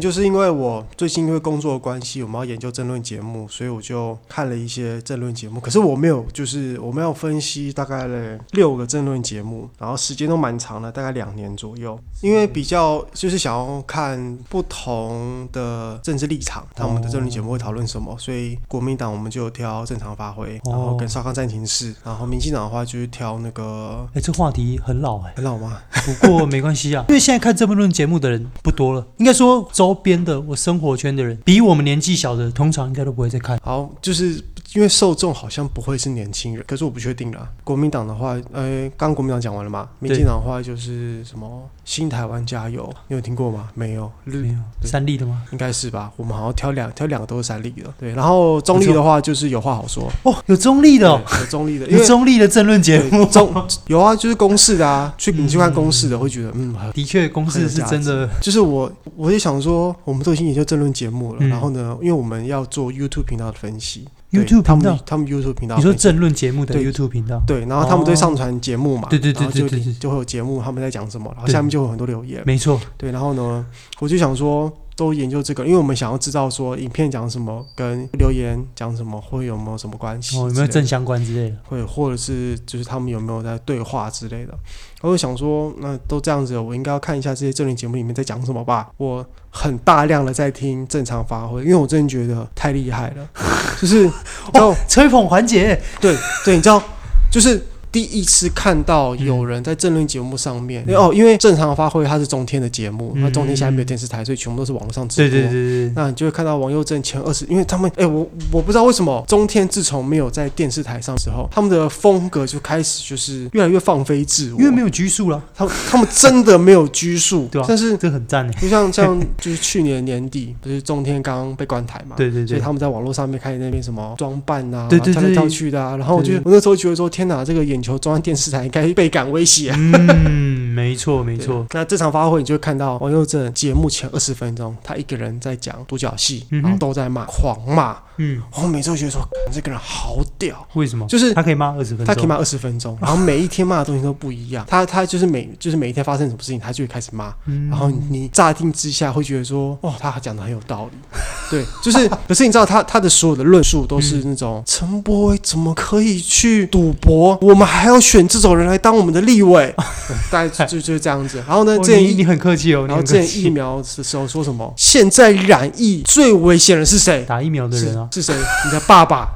就是因为我最近因为工作的关系，我们要研究政论节目，所以我就看了一些政论节目。可是我没有，就是我们要分析大概了六个政论节目，然后时间都蛮长的，大概两年左右。因为比较就是想要看不同的政治立场，他们的政论节目会讨论什么，所以国民党我们就挑正常发挥，然后跟少康战情室，然后民进党的话就是挑那个哎、这话题很老哎、很老吗？不过没关系啊， 因为现在看这部论节目的人不多了，应该说周边的我生活圈的人，比我们年纪小的，通常应该都不会再看。好，就是因为受众好像不会是年轻人，可是我不确定啦。国民党的话，呃，刚国民党讲完了嘛，民进党的话就是什么新台湾加油，你有听过吗？没有，绿没有对三立的吗？ 应该是吧？我们好像挑两挑两个都是三立的，对。然后中立的话就是有话好说，哦，有中立的、哦，对有中立的，因有为中立的政论节目对，中有啊，就是公式的啊，去你去看嗯公式的会觉得嗯，很的确公式是真的就是我，我也想说，我们都已经研究政论节目了，嗯然后呢，因为我们要做 YouTube 频道的分析对 YouTube 他频们道。他们 YouTube 频道的你说分析，政论节目的对 YouTube 频道，对，然后他们都会上传节目嘛，哦对对对然后就对对对就会有节目他们在讲什么，然后对下面就有很多留言，没错，哦对，然后呢，我就想说。都研究这个，因为我们想要知道说影片讲什么跟留言讲什么会有没有什么关系之类哦，的，有没有正相关之类的？会或者是就是他们有没有在对话之类的。我就想说，那都这样子了，我应该要看一下这些政论节目里面在讲什么吧。我很大量的在听正常发挥，因为我真的觉得太厉害了， 就是哦，吹捧环节，对对，你知道，就是。第一次看到嗯有人在政论节目上面、因为哦，因为正常发挥它是中天的节目，那、中天下面没有电视台，所以全部都是网络上直嗯对播。对对对，那你就会看到王佑正前二十，因为他们，哎、我我不知道为什么中天自从没有在电视台上之后，他们的风格就开始就是越来越放飞自我，因为没有拘束了，他们他们真的没有拘束， 对啊但是这很赞诶。就像像就是去年年底，不是中天刚刚被关台嘛，对对所对以，他们在网络上面开始那边什么装扮啊，对对对跳来跳去的啊，然后我就对我那时候觉得说，天哪，这个眼球装在电视台应该倍感威胁、啊。 嗯，没错没对错，，那这场发挥你就会看到王佑正节目前二十分钟，他一个人在讲独角戏，嗯哼然后都在骂，狂骂，嗯，我每周觉得说，干这个人好屌，为什么？就是他可以骂二十分钟，他可以骂二十分钟，然后每一天骂的东西都不一样。他他就是每就是每一天发生什么事情，他就会开始骂。嗯，然后你乍听之下会觉得说，哦，他讲的很有道理， 对，就是。可是你知道他他的所有的论述都嗯是那种陈柏伟怎么可以去赌博？我们还要选这种人来当我们的立 委，对大概就就就是这样子。然后呢，哦这你你很客气哦，你然后很之客前疫气。 苗的时候说什么？现在染疫最危险的是谁？打疫苗的人啊，是是谁？你的爸 爸、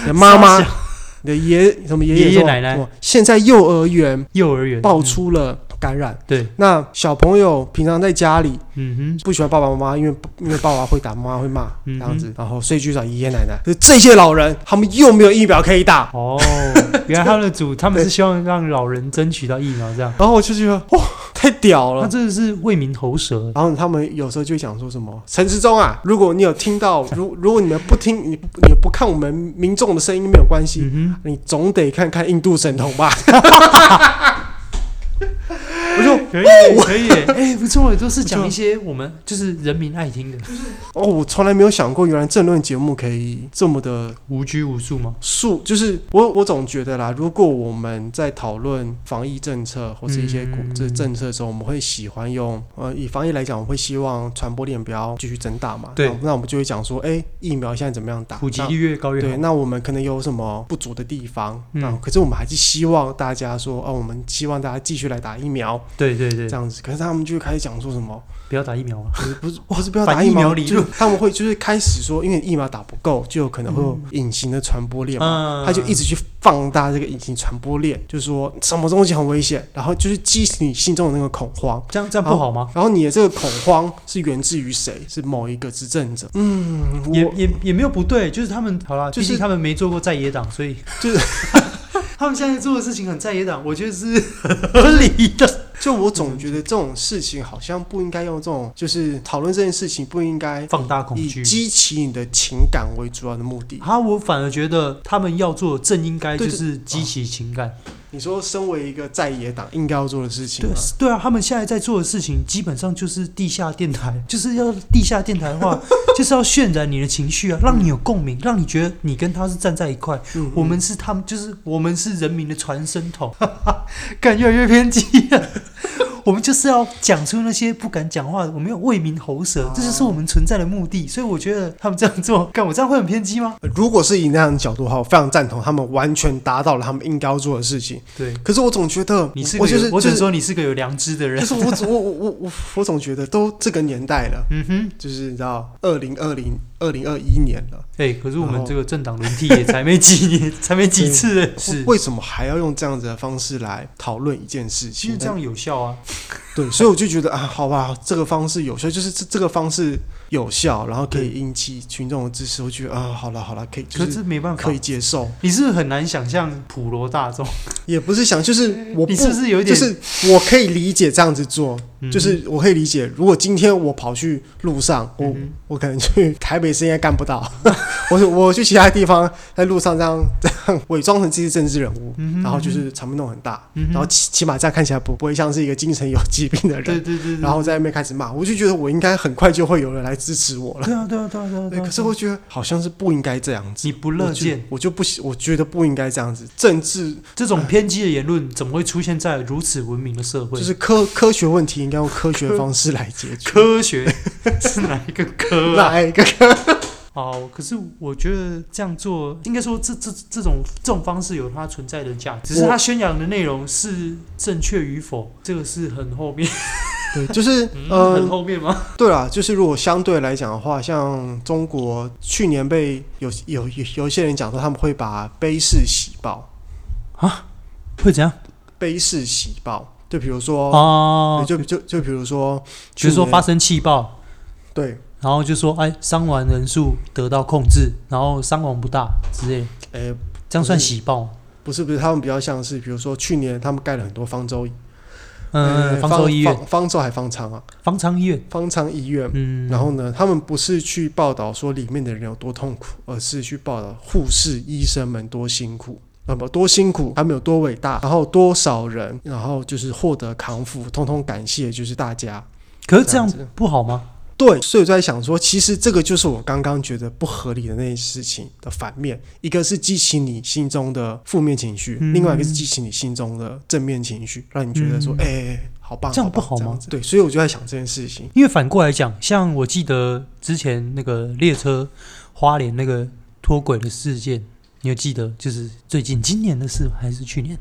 你的妈妈傻、你的爷什么爷爷爷说奶嗯奶什么现在幼儿园幼儿园爆，出了感染，嗯对，那小朋友平常在家里嗯不喜欢爸爸妈妈，因为因为爸爸会打，妈妈会骂这嗯哼样子，然后所以去找爷爷奶奶。可是这些老人他们又没有疫苗可以打哼，， 哦，原来他们的主他们是希望让老人争取到疫苗，这样，然后我就觉得哇，太屌他了。真的是为民喉舌，啊然后他们有时候就会讲说什么陈时中啊，如果你有听到，如如果你们不听，你你不看我们民众的声音没有关系，嗯你总得看看印度神童吧。我就哼，可以可以， 哎，不错，都是讲一些我们就是人民爱听的，哦，我从来没有想过，原来政论节目可以这么的无拘无束吗？素。就是我我总觉得啦，如果我们在讨论防疫政策或是一些股嗯这政策的时候，我们会喜欢用呃，以防疫来讲，我会希望传播链不要继续增大嘛。对那那我们就会讲说，哎、疫苗现在怎么样打？普及那率越高越对，好，那我们可能有什么不足的地方？嗯那可是我们还是希望大家说，哦，我们希望大家继续来打疫苗对对对这，样子。可是他们就开始讲说什么，不要打疫苗啊，不是不是不是不要打反疫疫苗苗理就论是他们会就是开始说，因为疫苗打不够，就有可能会有隐形的传播链嘛。嗯他就一直去放大这个隐形传播链，就是说什么东西很危险，然后就是激起你心中的那个恐慌，这样这样不好吗？然后你的这个恐慌是源自于谁？是某一个执政者。嗯，我也也也没有不对，就是他们好啦，就就是是他们没做过在野党，所 以就是他们现在做的事情很在野党，我觉得 是合理的。就我总觉得这种事情好像不应该用这种，就是讨论这件事情不应该 放大恐以惧激起你的情感为主要的目的。啊，我反而觉得他们要做的正应该对就对是激起情感。你说，身为一个在野党应该要做的事情对吗，对啊，他们现在在做的事情基本上就是地下电台，就是要地下电台的 话，就是要渲染你的情绪啊，让你有共鸣，让你觉得你跟他是站在一块，嗯我们是他 们，就是我们是人民的传声筒，感越来越偏激了。 我们就是要讲出那些不敢讲话的，我们要为民喉舌，啊这就是我们存在的目的。所以我觉得他们这样做，干我这样会很偏激吗？如果是以那样的角度的话，我非常赞同，他们完全达到了他们应该要做的事情。对，可是我总觉得，你是我个就有是我只就能是说你是个有良知的就人。是我总我我我我我总觉得都这个年代了， 嗯哼，就是你知道，二零二零二零二一年了，哎、可是我然们后这个政党轮替也才没几年， 才没几次，是，为什么还要用这样子的方式来讨论一件事其实情？这样有效啊。对，所以我就觉得啊，好吧，这个方式有效，就是这这个方式有效，然后可以引起群众的支持，我觉得啊，好了好了，可以，就可是是没办法可，以接受，你是不是很难想象普罗大众？也不是想，就是我不你是不是有一就点？是我可以理解这样子做，嗯就是我可以理解，如果今天我跑去路上，我、嗯哼我可能去台北市应该干不到， 我是我去其他地方，在路上这样这样 伪装成自己是政治人物，嗯哼然后就是场面弄很大，嗯哼然后起起码这样看起来不不会像是一个精神有疾病的对人，对对，对然后在那边开始骂，我就觉得我应该很快就会有人来支持 我了，对啊对啊对啊对啊对对，啊，可是我觉得好像是不应该这样子。你不我乐就见我就不喜，我觉得不应该这样子。政治这种偏激的言论，怎么会出现在如此文明的社会？就是科科学问题，应该用科学方式来解决。哎 科学是哪一个科啊？哪一个？哦，可是我觉得这样做，应该说这这这种这种方式有它存在的价值，只是我它宣扬的内容是正确与否，这个是很后面，对， 就是嗯， 很呃，后面吗？对啦，就是如果相对来讲的话，像中国去年被有有有有一些人讲说他们会把悲事喜报，会怎样悲事喜报，就比如说，哦对，就就就比如说比去年，如说发生气爆，对，然后就说哎，伤亡人数得到控制，然后伤亡不大之类，呃，这样算喜报？不是不是，他们比较像是，比如说去年他们盖了很多方舟，嗯，呃方舟医院、方方舟还方舱啊，方舱医院，方舱医院。嗯，然后呢，他们不是去报道说里面的人有多痛苦，而是去报道护士、医生们多辛苦，那么多辛苦，他们有多伟大，然后多少人，然后就是获得康复，通通感谢就是大家。可是这样这样子不好吗？对，所以我在想说，其实这个就是我刚刚觉得不合理的那件事情的反面，一个是激起你心中的负面情绪，嗯另外一个是激起你心中的正面情绪，让你觉得说，嗯哎、好棒，这样不棒好吗这样子对，所以我就在想这件事情。因为反过来讲，像我记得之前那个列车花莲那个脱轨的事件，你有记得？就是最近今年的事吗还是去年？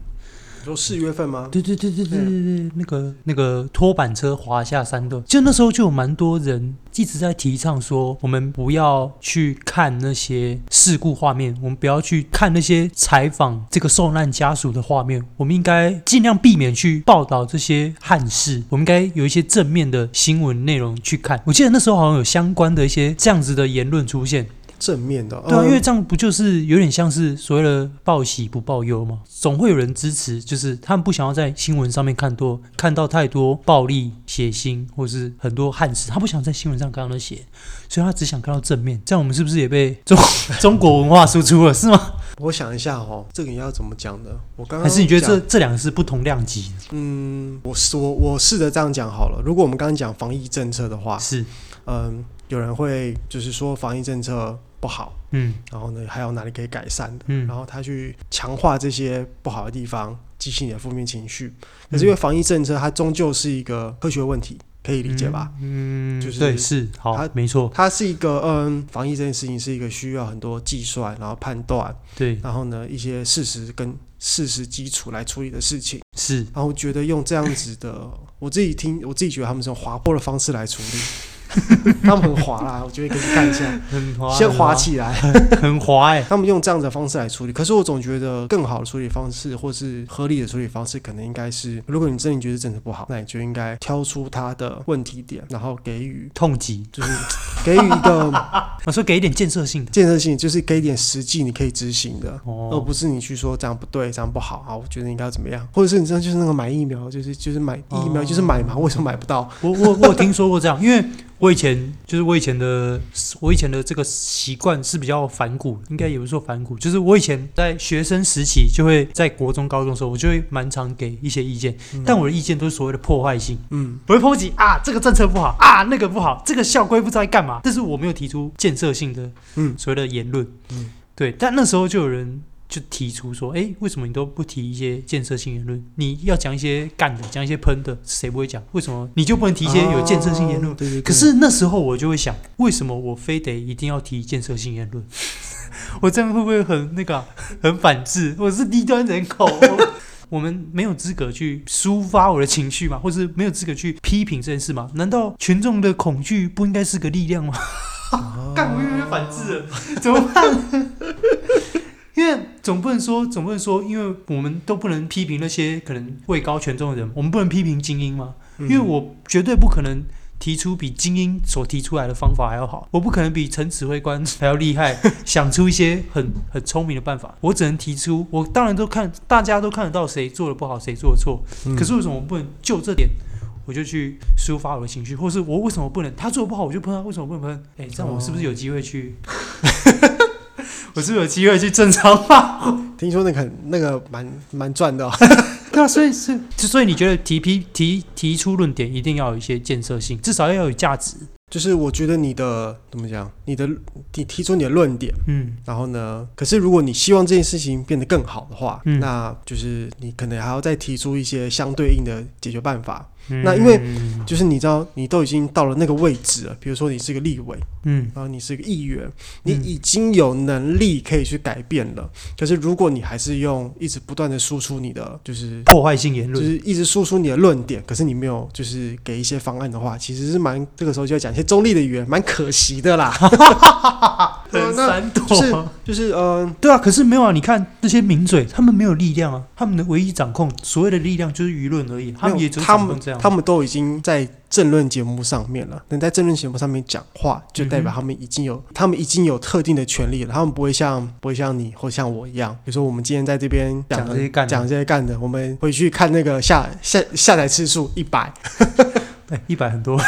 你说四月份吗？对对对对对对对，那个那个拖板车滑下山的，就那时候就有蛮多人一直在提倡说，我们不要去看那些事故画面，我们不要去看那些采访这个受难家属的画面，我们应该尽量避免去报道这些憾事，我们应该有一些正面的新闻内容去看。我记得那时候好像有相关的一些这样子的言论出现，正面的，对啊，嗯因为这样不就是有点像是所谓的报喜不报忧吗？总会有人支持，就是他们不想要在新闻上面看多看到太多暴力、血腥或是很多憾事，他不想在新闻上看到那些，所以他只想看到正面。这样我们是不是也被 中中国文化输出了，是吗？我想一下哦，这个你要怎么讲呢？我刚刚还是你觉得这嗯讲这两个是不同量级？嗯，我是我我试着这样讲好了。如果我们刚刚讲防疫政策的话，是，嗯，有人会就是说防疫政策不好，嗯然后呢还有哪里可以改善的，嗯然后他去强化这些不好的地方，激起你的负面情绪。可是因为防疫政策它终究是一个科学问题，可以理解吧？？嗯，就是对，是好他，没错，它是一个嗯，防疫这件事情是一个需要很多计算，然后判断，对，然后呢一些事实跟事实基础来处理的事情。是然后觉得用这样子的，我自己听，我自己觉得他们是用滑坡的方式来处理， 他们很滑啦，我觉得可以看一下，很滑，先很滑，起来。 很滑哎、他们用这样子的方式来处理，可是我总觉得更好的处理方式，或是合理的处理方式，可能应该是，如果你真的觉得政策不好，那你就应该挑出它的问题点，然后给予痛击。就是 给予一个我说给一点建设性的建设性，就是给一点实际你可以执行的。哦，而不是你去说这样不对，这样不好啊！我觉得应该要怎么样，或者是你知道，就是那个买疫苗，就是就是买疫苗，就是买嘛，为什么买不到？我我我有听说过这样，因为我以前就是我以前的我以前的这个习惯是比较反骨，应该也不是说反骨，就是我以前在学生时期就会在国中、高中的时候，我就会蛮常给一些意见，但我的意见都是所谓的破坏性，嗯，不会抨击啊这个政策不好啊那个不好，这个校规不知道在干嘛，但是我没有提出建设性的嗯所谓的言论，嗯对，但那时候就有人就提出说，哎，为什么你都不提一些建设性言论？你要讲一些干的，讲一些喷的，谁不会讲？为什么你就不能提一些有建设性言论？哦对对对可是那时候我就会想，为什么我非得一定要提建设性言论？ 我这样会不会很那个啊、 很反制？我是低端人口， 我我们没有资格去抒发我的情绪嘛，或是没有资格去批评这件事嘛？难道群众的恐惧不应该是个力量吗？哦干，我又要反制了， 怎么办？ 因为总不能说，总不能说，因为我们都不能批评那些可能位高权重的人，我们不能批评精英吗？因为我绝对不可能提出比精英所提出来的方法还要好，我不可能比陈指挥官还要厉 害，想出一些很很聪明的办法。我只能提出，我当然都看，大家都看得到谁做的不好，谁做的错。嗯可是为什么我不能就这点？我就去抒发我的情绪，或是我为什么不能？他做的不好，我就喷他，为什么不能喷？哎、这样我是不是有机会去？哦 我是不是有机会去正常化？听说那个很那个蛮蛮赚的哦、 对啊，所以是，所以你觉得提批提提出论点一定要有一些建设性，至少要有价值。就是我觉得你的怎么讲，你的你提出你的论点，嗯然后呢，可是如果你希望这件事情变得更好的话，嗯那就是你可能还要再提出一些相对应的解决办法。嗯那因为就是你知道，你都已经到了那个位置了，比如说你是个立委，嗯然后你是个议员，你嗯已经有能力可以去改变了。可是如果你还是用一直不断的输出你的就是。破坏性言就论，是一直输出你的论点，可是你没有就是给一些方案的话，其实是蛮这个时候就要讲一些中立的语言，蛮可惜的啦。 呃很那闪躲就是就是嗯、对啊，可是没有啊！你看那些名嘴，他们没有力量啊，他们的唯一掌控所谓的力量就是舆论而已，他们也只有他掌控们这样。他们都已经在政论节目上面了，能在政论节目上面讲话，就代表嗯他们已经有、他们已经有特定的权利了。他们不会像不会像你或像我一样，比如说我们今天在这边讲这些干的讲这些干的，我们回去看那个下下下载次数一百，哎，一百很多，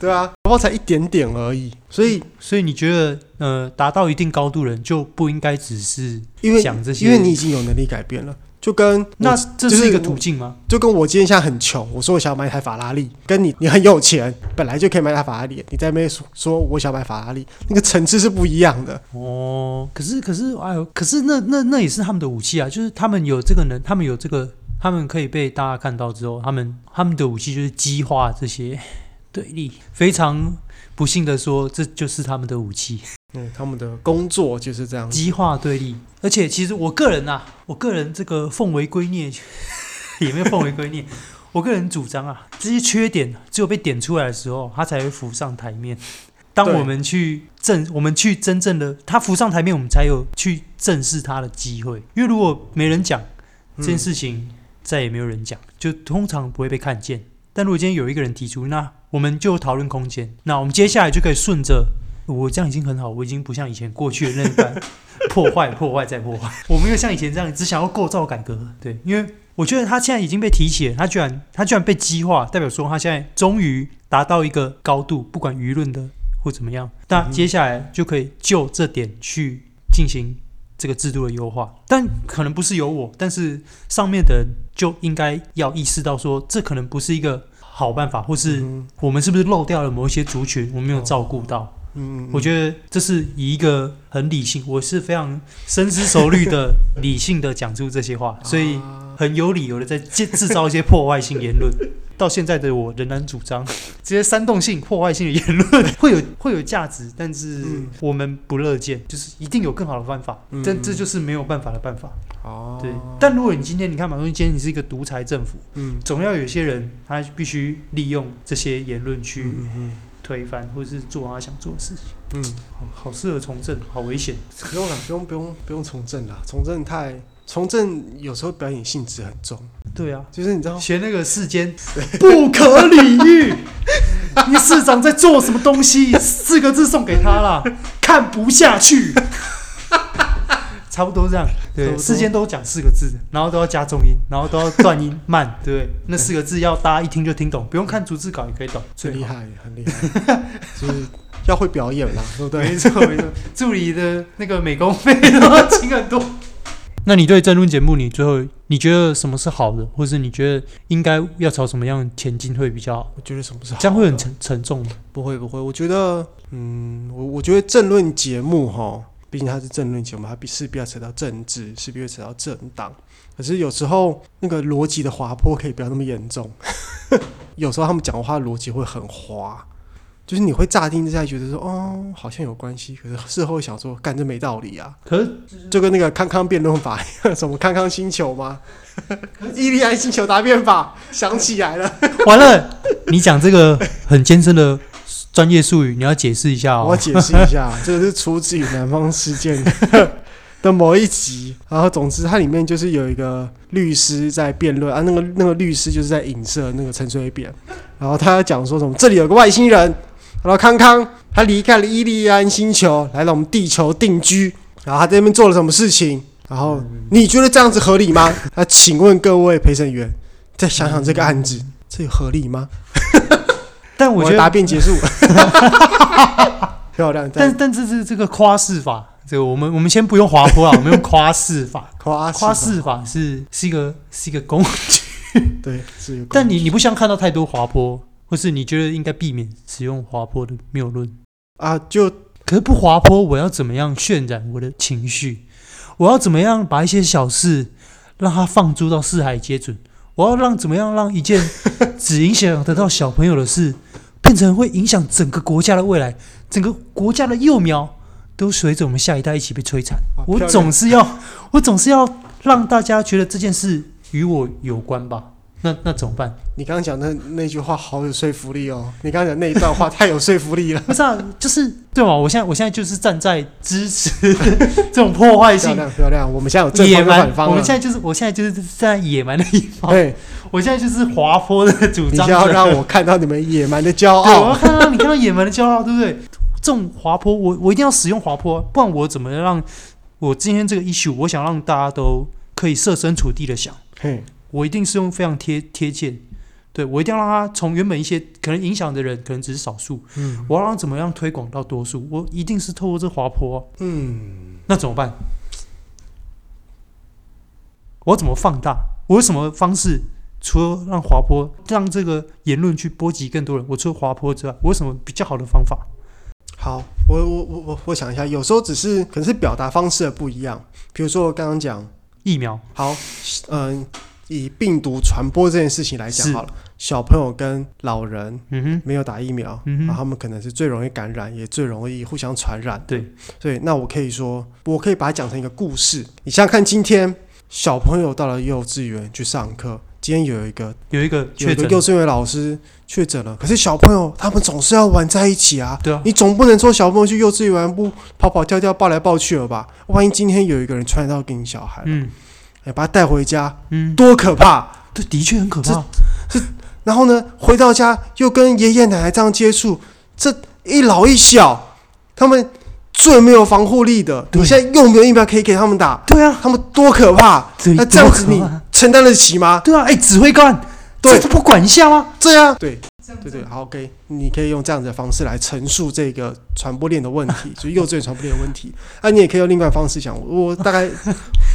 对啊，不过才一点点而已。所以所以你觉得呃，达到一定高度的人就不应该只是因为讲这些？因为你已经有能力改变了，就跟那我这就是一个我途径吗？就跟我今天现在很穷，我说我想买一台法拉利，跟你你很有钱，本来就可以买一台法拉利，你在那边说说我想买法拉利，那个层次是不一样的。哦，可是可是哎呦，可是那那那也是他们的武器啊，就是他们有这个能，他们有这个，他们可以被大家看到之后，他们他们的武器就是激化这些 对立。非常不幸的说，这就是他们的武器。嗯，他们的工作就是这样子。激化对立。而且其实我个人啊，我个人这个奉为圭臬， 也没有奉为圭臬。我个人主张啊，这些缺点只有被点出来的时候，它才会浮上台面。当对我们去正，我们去真正的它浮上台面，我们才有去正视它的机会。因为如果没人讲这件事情，再也没有人讲，就通常不会被看见。但如果今天有一个人提出，那我们就有讨论空间。那我们接下来就可以顺着我这样已经很好，我已经不像以前过去的那一般破坏、破坏再破坏。我没有像以前这样只想要构造改革，对，因为我觉得他现在已经被提起了，他居然他居然被激化，代表说他现在终于达到一个高度，不管舆论的或怎么样，那接下来就可以就这点去进行这个制度的优化。但可能不是由我，但是上面的人就应该要意识到说，这可能不是一个好办法，或是嗯我们是不是漏掉了某一些族群，我们没有照顾到。嗯我觉得这是以一个很理性，我是非常深思熟 虑的理性的讲出这些话，所以啊很有理由的在制制造一些破坏性言论。到现在的我仍然主张这些煽动性、破坏性的言论会有会有价值，但是嗯我们不乐见，就是一定有更好的办法，嗯但这就是没有办法的办法。哦对，但如果你今天你看嘛，如果今天你是一个独裁政府，嗯总要有些人他必须利用这些言论去嗯嗯推翻，或者是做他想做的事情。嗯，好好适合从政，好危险。不用了，不用不用不用从政了，从政太从政有时候表演性质很重，对啊，就是你知道学那个世 间不可理喻。你市长在做什么东西？四个字送给他啦，看不下去。差不多这样，差对，不多世间都讲四个字，然后都要加重音，然后都要断音慢， 对，那四个字要大家一听就听懂，不用看逐字稿也可以懂，最对厉害，很厉害， 就是要会表演啦，对不对？ 没错没错，助理的那个美工费都要请很多。 那你对争论节目，你最后你觉得什么是好的，或是你觉得应该要朝什么样前进会比较好？我觉得什么是好这样会很的沉沉重吗？不会不会，我觉得，嗯，我我觉得政论节目哈，毕竟它是政论节目，它必势必要扯到政治，势必会扯到政党。可是有时候那个逻辑的滑坡可以不要那么严重， 有时候他们讲话逻辑会很滑，就是你会乍听之下觉得说哦好像有关系，可是事后想说干这没道理啊，可 是就跟那个康康辩论法一样，什么康康星球吗？ 伊利安星球答辩法想起来了，完了，你讲这个很艰深的专业术语，你要解释一下我要哦。解释一下，这个是出自于南方事件的 的某一集。然后，总之它里面就是有一个律师在辩论啊，那个那个律师就是在影射那个陈水扁，然后他讲说什么这里有个外星人，然后康康他离开了伊利安星球，来到我们地球定居，然后他在那边做了什么事情？然后你觉得这样子合理吗？那、请问各位陪审员，再想想这个案子，这有合理吗？但我我觉的答得，辩结束， 漂亮，但但这是这个夸饰法，这个我们我们先不用滑坡啊，我们用夸饰法。夸夸饰饰法是是一个是一个工，对，是有关但你你不想看到太多滑坡，或是你觉得应该避免使用滑坡的谬论。啊，就可是不滑坡，我要怎么样渲染我的情绪？我要怎么样把一些小事让它放诸到四海皆准？我要让怎么样让一件只影响得到小朋友的事，变成会影响整个国家的未来，整个国家的幼苗都随着我们下一代一起被摧残。哇我漂亮总是要，我总是要让大家觉得这件事与我有关吧？那那怎么办？你刚刚讲的那句话好有说服力哦，你刚刚讲那一段话太有说服力 了，不是啊，就是对嘛？我现在我现在就是站在支持 这种破坏漂性亮漂亮，我们现在有啊正野方跟蛮反，方我们了现。在就是，我现在就是在野蛮的一方，对，我现在就是滑坡的主你张就者。要让我看到你们野蛮的骄对，哦我要傲。看到你看到野蛮的骄傲，对不对？这种滑坡，我我一定要使用滑坡，不然我怎么让我今天这个 issue，我想让大家都可以设身处地的想，嘿，我一定是用非常贴贴切。对，我一定要让他从原本一些可能影响的人，可能只是少数，嗯我要让它怎么样推广到多数，我一定是透过这滑坡啊、嗯，那怎么办？我要怎么放大？我有什么方式？除了让滑坡让这个言论去波及更多人，我除了滑坡之外，我有什么比较好的方法？好，我我我我我想一下，有时候只是可能是表达方式的不一样，比如说我刚刚讲疫苗好，嗯、以病毒传播这件事情来讲是好了，小朋友跟老人嗯哼，没有打疫苗，嗯哼然后他们可能是最容易感染，也最容易互相传染。对，所以那我可以说，我可以把它讲成一个故事。你想想看，今天小朋友到了幼稚园去上课，今天有一个有一个有一确个诊，幼稚园老师确诊了，可是小朋友他们总是要玩在一起啊。对啊，你总不能说小朋友去幼稚园不跑跑跳跳、抱来抱去了吧？万一今天有一个人传染到给你小孩，嗯哎，把他带回家，嗯，多可怕！这的确很可怕，然后呢，回到家又跟爷爷奶奶这样接触，这一老一小，他们最没有防护力的。对你现在又没有疫苗可以给他们打，对啊，他们多可怕！这那这样子多你可怕承担得起吗？对啊，哎，指挥官，对这不管一下吗？这样对。啊对对，好，OK，你可以用这样子的方式来陈述这个传播链的问 题，就是幼稚园传播链的问题。啊，你也可以用另外的方式想，我我大概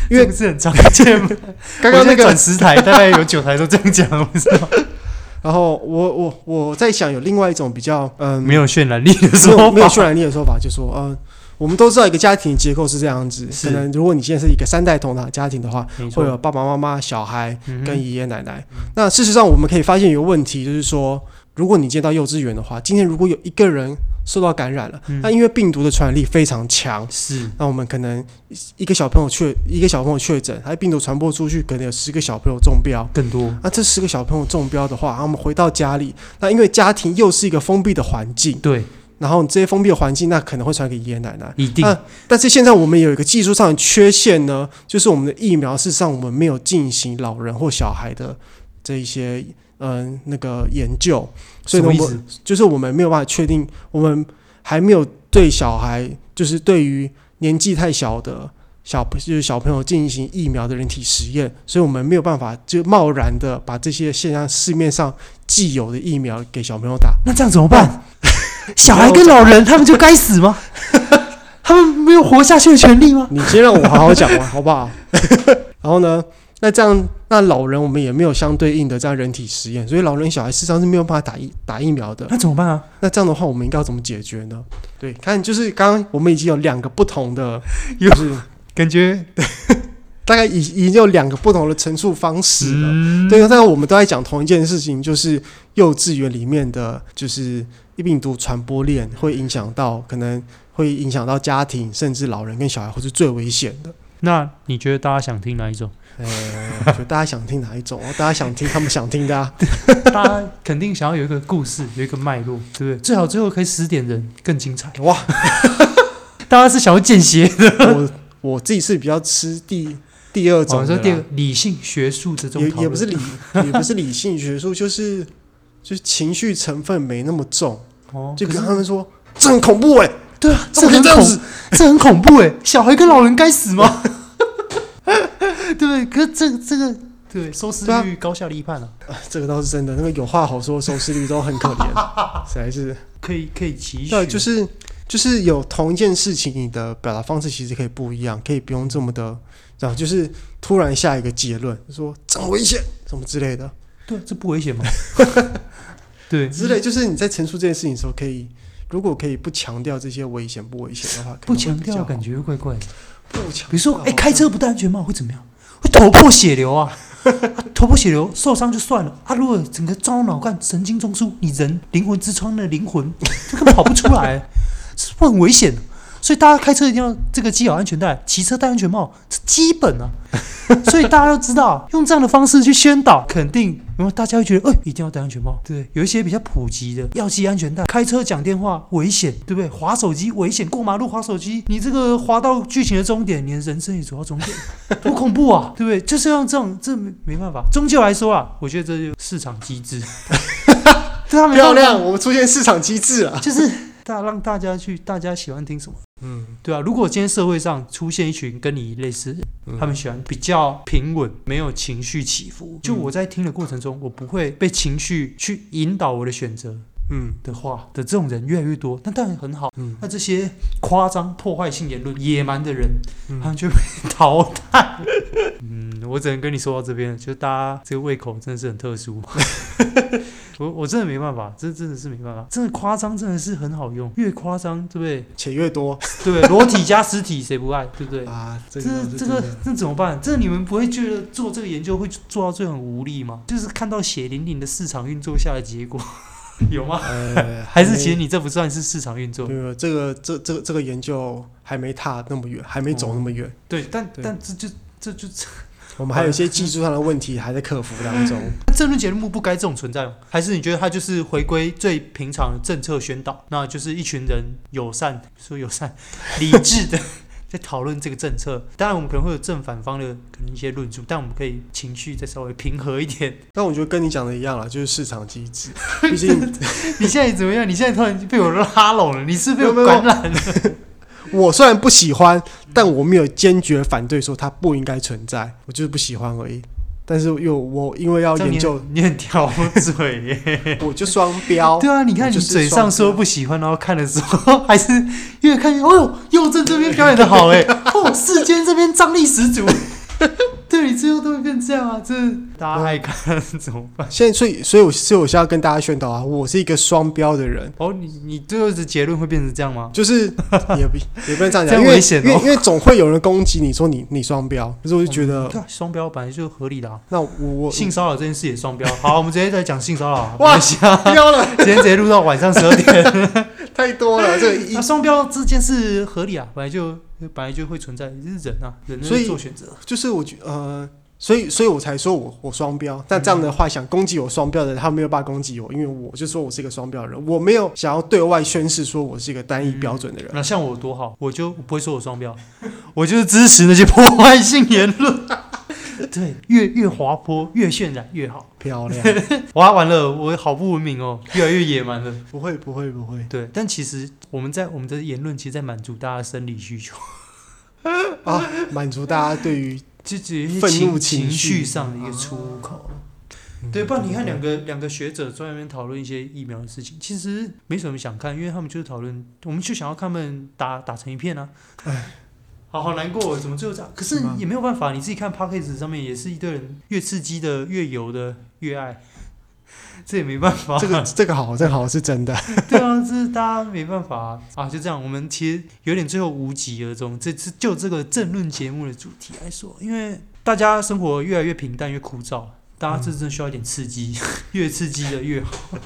因为这不是很常见 吗？刚刚我那现在个转十台，大概有九台都这样讲，我不知道，然后我我我在想有另外一种比较嗯没有渲染力的没说有法，没有渲染力的说法，就说嗯、呃我们都知道一个家庭结构是这样子，是可能如果你现在是一个三代同堂的家庭的话，没错会啊有爸爸妈妈、小孩嗯哼跟爷爷奶奶。那事实上我们可以发现有个问题，就是说，如果你见到幼稚园的话，今天如果有一个人受到感染了，嗯那、因为病毒的传染力非常强。是那我们可能一一个小朋友确一个小朋友确诊，他病毒传播出去，可能有十个小朋友中标。更多，那这十个小朋友中标的话，然后我们回到家里，那因为家庭又是一个封闭的环境，对，然后这些封闭的环境，那可能会传给爷爷奶奶。一定那但是现在我们有一个技术上的缺陷呢，就是我们的疫苗事实上我们没有进行老人或小孩的这一些嗯、那个研究，所什以呢，么意我思们？就是我们没有办法确定，我们还没有对小孩，就是对于年纪太小的小就是小朋友进行疫苗的人体实验，所以我们没有办法就贸然的把这些现在市面上既有的疫苗给小朋友打。那这样怎么办？ 小孩跟老人，他们就该死 吗？他们没有活下去的权利吗？ 你先让我好好讲完，好不好？然后呢，那这样，那老人我们也没有相对应的这样人体实验，所以老人小孩事实上是没有办法打疫打疫苗的。那怎么办啊？那这样的话，我们应该要怎么解决呢？对，看就是刚刚我们已经有两个不同的， 有就是感觉大概已已经有两个不同的陈述方式了。嗯对，但是我们都在讲同一件事情，就是幼稚园里面的，就是病毒传播链会影响到，可能会影响到家庭，甚至老人跟小孩，会是最危险的。那你觉得大家想听哪一种？呃，就大家想听哪一种？大家想听他们想听的 啊。 大家肯定想要有一个故事，有一个脉络，对不对？最好最后可以死点人，更精彩。 哇，大家是想要见血 的，我我自己是比较吃第第二种我的哦说啦，第二个理性学术这种也讨论也不是理也不是理性学术，就是就是情绪成分没那么重，哦，就可跟是他们说这很恐怖哎、对啊，怎么可以这很这样恐子？这很恐怖哎，小孩跟老人该死 吗？对不对？可是这这个对收视对啊率高下立判啊，这个倒是真的，那个有话好说，收视率都很可 怜，实在是。可以可以期许，对，就是就是有同一件事情，你的表达方式其实可以不一样，可以不用这么的，然后就是突然下一个结论，说这很危险什么之类的，对啊，这不危险 吗？对，之类，就是你在陈述这件事情的时候，可以如果可以不强调这些危险不危险的话，不强调啊感觉觉会怪怪的。不强调，比如说，哎、好像开车不戴安全帽会怎么样？会头破血流啊！ 啊头破血流受伤就算了啊，如果整个撞到脑干、神经中枢，你人灵魂之窗的灵魂， 这根本跑不出来， 是不是很危险？所以大家开车一定要这个系好安全带，骑车戴安全帽，这基本啊。 所以大家都知道，用这样的方式去宣导，肯定然后大家会觉得，哎、一定要戴安全帽。对，有一些比较普及的，要系安全带，开车讲电话危险，对不对？划手机危险，过马路划手机，你这个划到剧情的终点，你的人生也走到终点，多恐怖啊，对不对？就是要用这种，这没没办法。终究来说啊，我觉得这就是市场机制，对他们哦漂亮，我们出现市场机制了，就是大让大家去，大家喜欢听什么。嗯，对啊，如果今天社会上出现一群跟你类似，嗯他们喜欢比较平稳，没有情绪起伏。就我在听的过程中，我不会被情绪去引导我的选择嗯的话的这种人越来越多，那当然很好。嗯那这些夸张、破坏性言论、野蛮的人，嗯，他们就被淘汰。 嗯，我只能跟你说到这边了，就是大家这个胃口真的是很 特殊。我我真的没办法，这真的是没办法，真的夸张真的是很好用，越夸张对不对？且越多对，裸体加尸体谁不爱，对不对？啊，这这个倒是这真个的这怎么办？这你们不会觉得做这个研究会做到最后很无力吗？就是看到血淋淋的市场运作下的结果， 有吗？呃， 还是其实没你这不算是市场运作没？有没有这个这这这个研究还没踏那么远，还没走那么哦远。对，但对但这就这就我们还有一些技术上的问题还在克服当中。政论节目不该这种存在吗？还是你觉得它就是回归最平常的政策宣导？那就是一群人友善，说友善、理智的 在讨论这个政策。当然，我们可能会有正反方的可能一些论述，但我们可以情绪再稍微平和一点。但我觉得跟你讲的一样啦，就是市场机制。 毕竟你现在怎么样？你现在突然被我拉拢了，你是被我没有没有感染了？我虽然不喜欢，但我没有坚决反对说它不应该存在，我就是不喜欢而已。但是又我因为要这样研 究，你很你很挑嘴耶。我就双标。 对啊，你看我你就是嘴上说不喜欢，然后看的时候还是越看越，哦呦，右正这边表演的好 哎，哦，世间这边张力十 足。对你最后都会变这样啊，这大家爱看怎么办？现在所以所以我所以我现在要跟大家宣导啊，我是一个双标的人，哦，你你最后的结论会变成这样吗？就是 也不也不能这样讲，这样因为危险哦因为因为总会有人攻击你说你你双标，可是我就觉得对啊，双标本来就合理的、啊，那我我性骚扰这件事也双标。 好，我们直接再讲性骚扰啊。哇哇， 今 标了天直接录到晚上十二点。太多了，这个一那双标这件事合理啊，本来就本来就会存在，就是人啊，人所以在做选择。就是我觉呃，所以所以我才说我我双标。但这样的话，想攻击我双标的人，他没有办法攻击我，因为我就说我是一个双标人，我没有想要对外宣示说我是一个单嗯一标准的人。 那像我多好，我就我不会说我双标，我就是支持那些破坏性言论。 对，越越滑坡，越渲染越好。漂亮，哇，完了，我好不文明哦，越来越野蛮了。不会不会不会对，但其实我们在我们的言论，其实在满足大家的生理需求，啊！满足大家对 于就只有一些愤怒情情绪嗯绪上的一个出口。对，不然你看两个两个学者坐在那边讨论一些疫苗的事情，其实没什么想看，因为他们就是讨论，我们就想要看他们打打成一片啊。好好难过，怎么最后这样？可是是吗也没有办法，你自己看 p o c k e t 上面也是一堆人，越刺激的、越油的、越爱，这也没办法。这个这个好，这个好是真的。 对啊，这是大家没办法啊啊就这样，我们其实有点最后无疾而终。这次就这个政论节目的主题来说，因为大家生活越来越平淡、越枯燥，大嗯家这真的需要一点刺激， 越刺激的越好，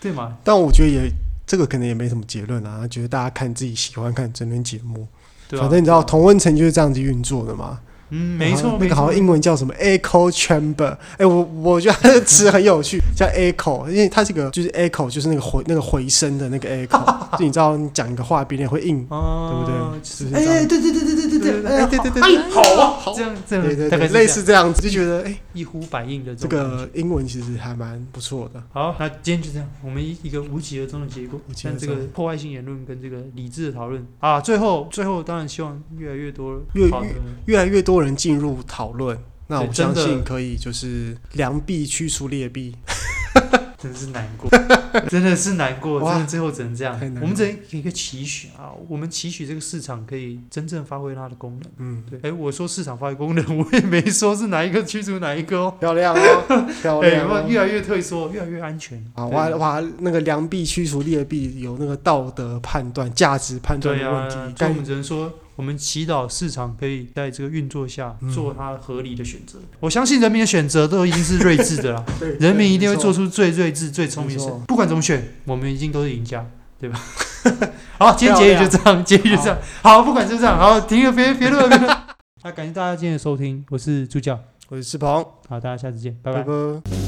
对吗？但我觉得也这个可能也没什么结论啊，觉得大家看自己喜欢看整轮节目，对啊，反正你知道同温层就是这样子运作的嘛。嗯，没错，啊那没个好错像英文叫什么 echo chamber，哎、我我觉得它的词很有趣， 叫 echo，因为它这个就是 echo，就是那个回那个回声的那个 echo，就你知道你讲一个话，别人会应，哦，对不对是不是哎、哎对对对对对对哎对对对哎好啊，好这样这样，对对大概对，是这样类似这样子，就觉得哎、一呼百应的这这种感觉。个英文其实还蛮不错的。好，那今天就这样，我们一一个无疾而终的结果无。疾而但这终个破坏性言论跟这个理智的讨论啊，最后最后当然希望越来越多越好的越来越多人进入讨论，那对我相真的信可以就是良币驱除劣币，真是难过， 真的是难过，哇真的最后只能这样太难。了我们只能给一个期许啊，我们期许这个市场可以真正发挥它的功能。嗯，对，哎，我说市场发挥功能，我 也没说是哪一个驱逐哪一个哦。漂亮 哦，漂哎，亮有没有哦。越来越退缩，越来越安全啊，对哇哇，那个良币驱除劣币，有那个道德判断、价值判断对的啊问，题，所以该我们只能说，我们祈祷市场可以在这个运作下嗯做它合理的选择。我相信人民的选择都已经是睿智的啦，人民一定会做出。出最睿智、最聪明的没事错。不管怎么选，我们已经都是赢家，对吧？好，今天结漂语亮就这样，结语就这样。好，不管就这样，好，停了，别别录了，别录了。那感谢大家今天的收听，我是助教，我是志鹏，好，大家下次见，拜拜拜。拜。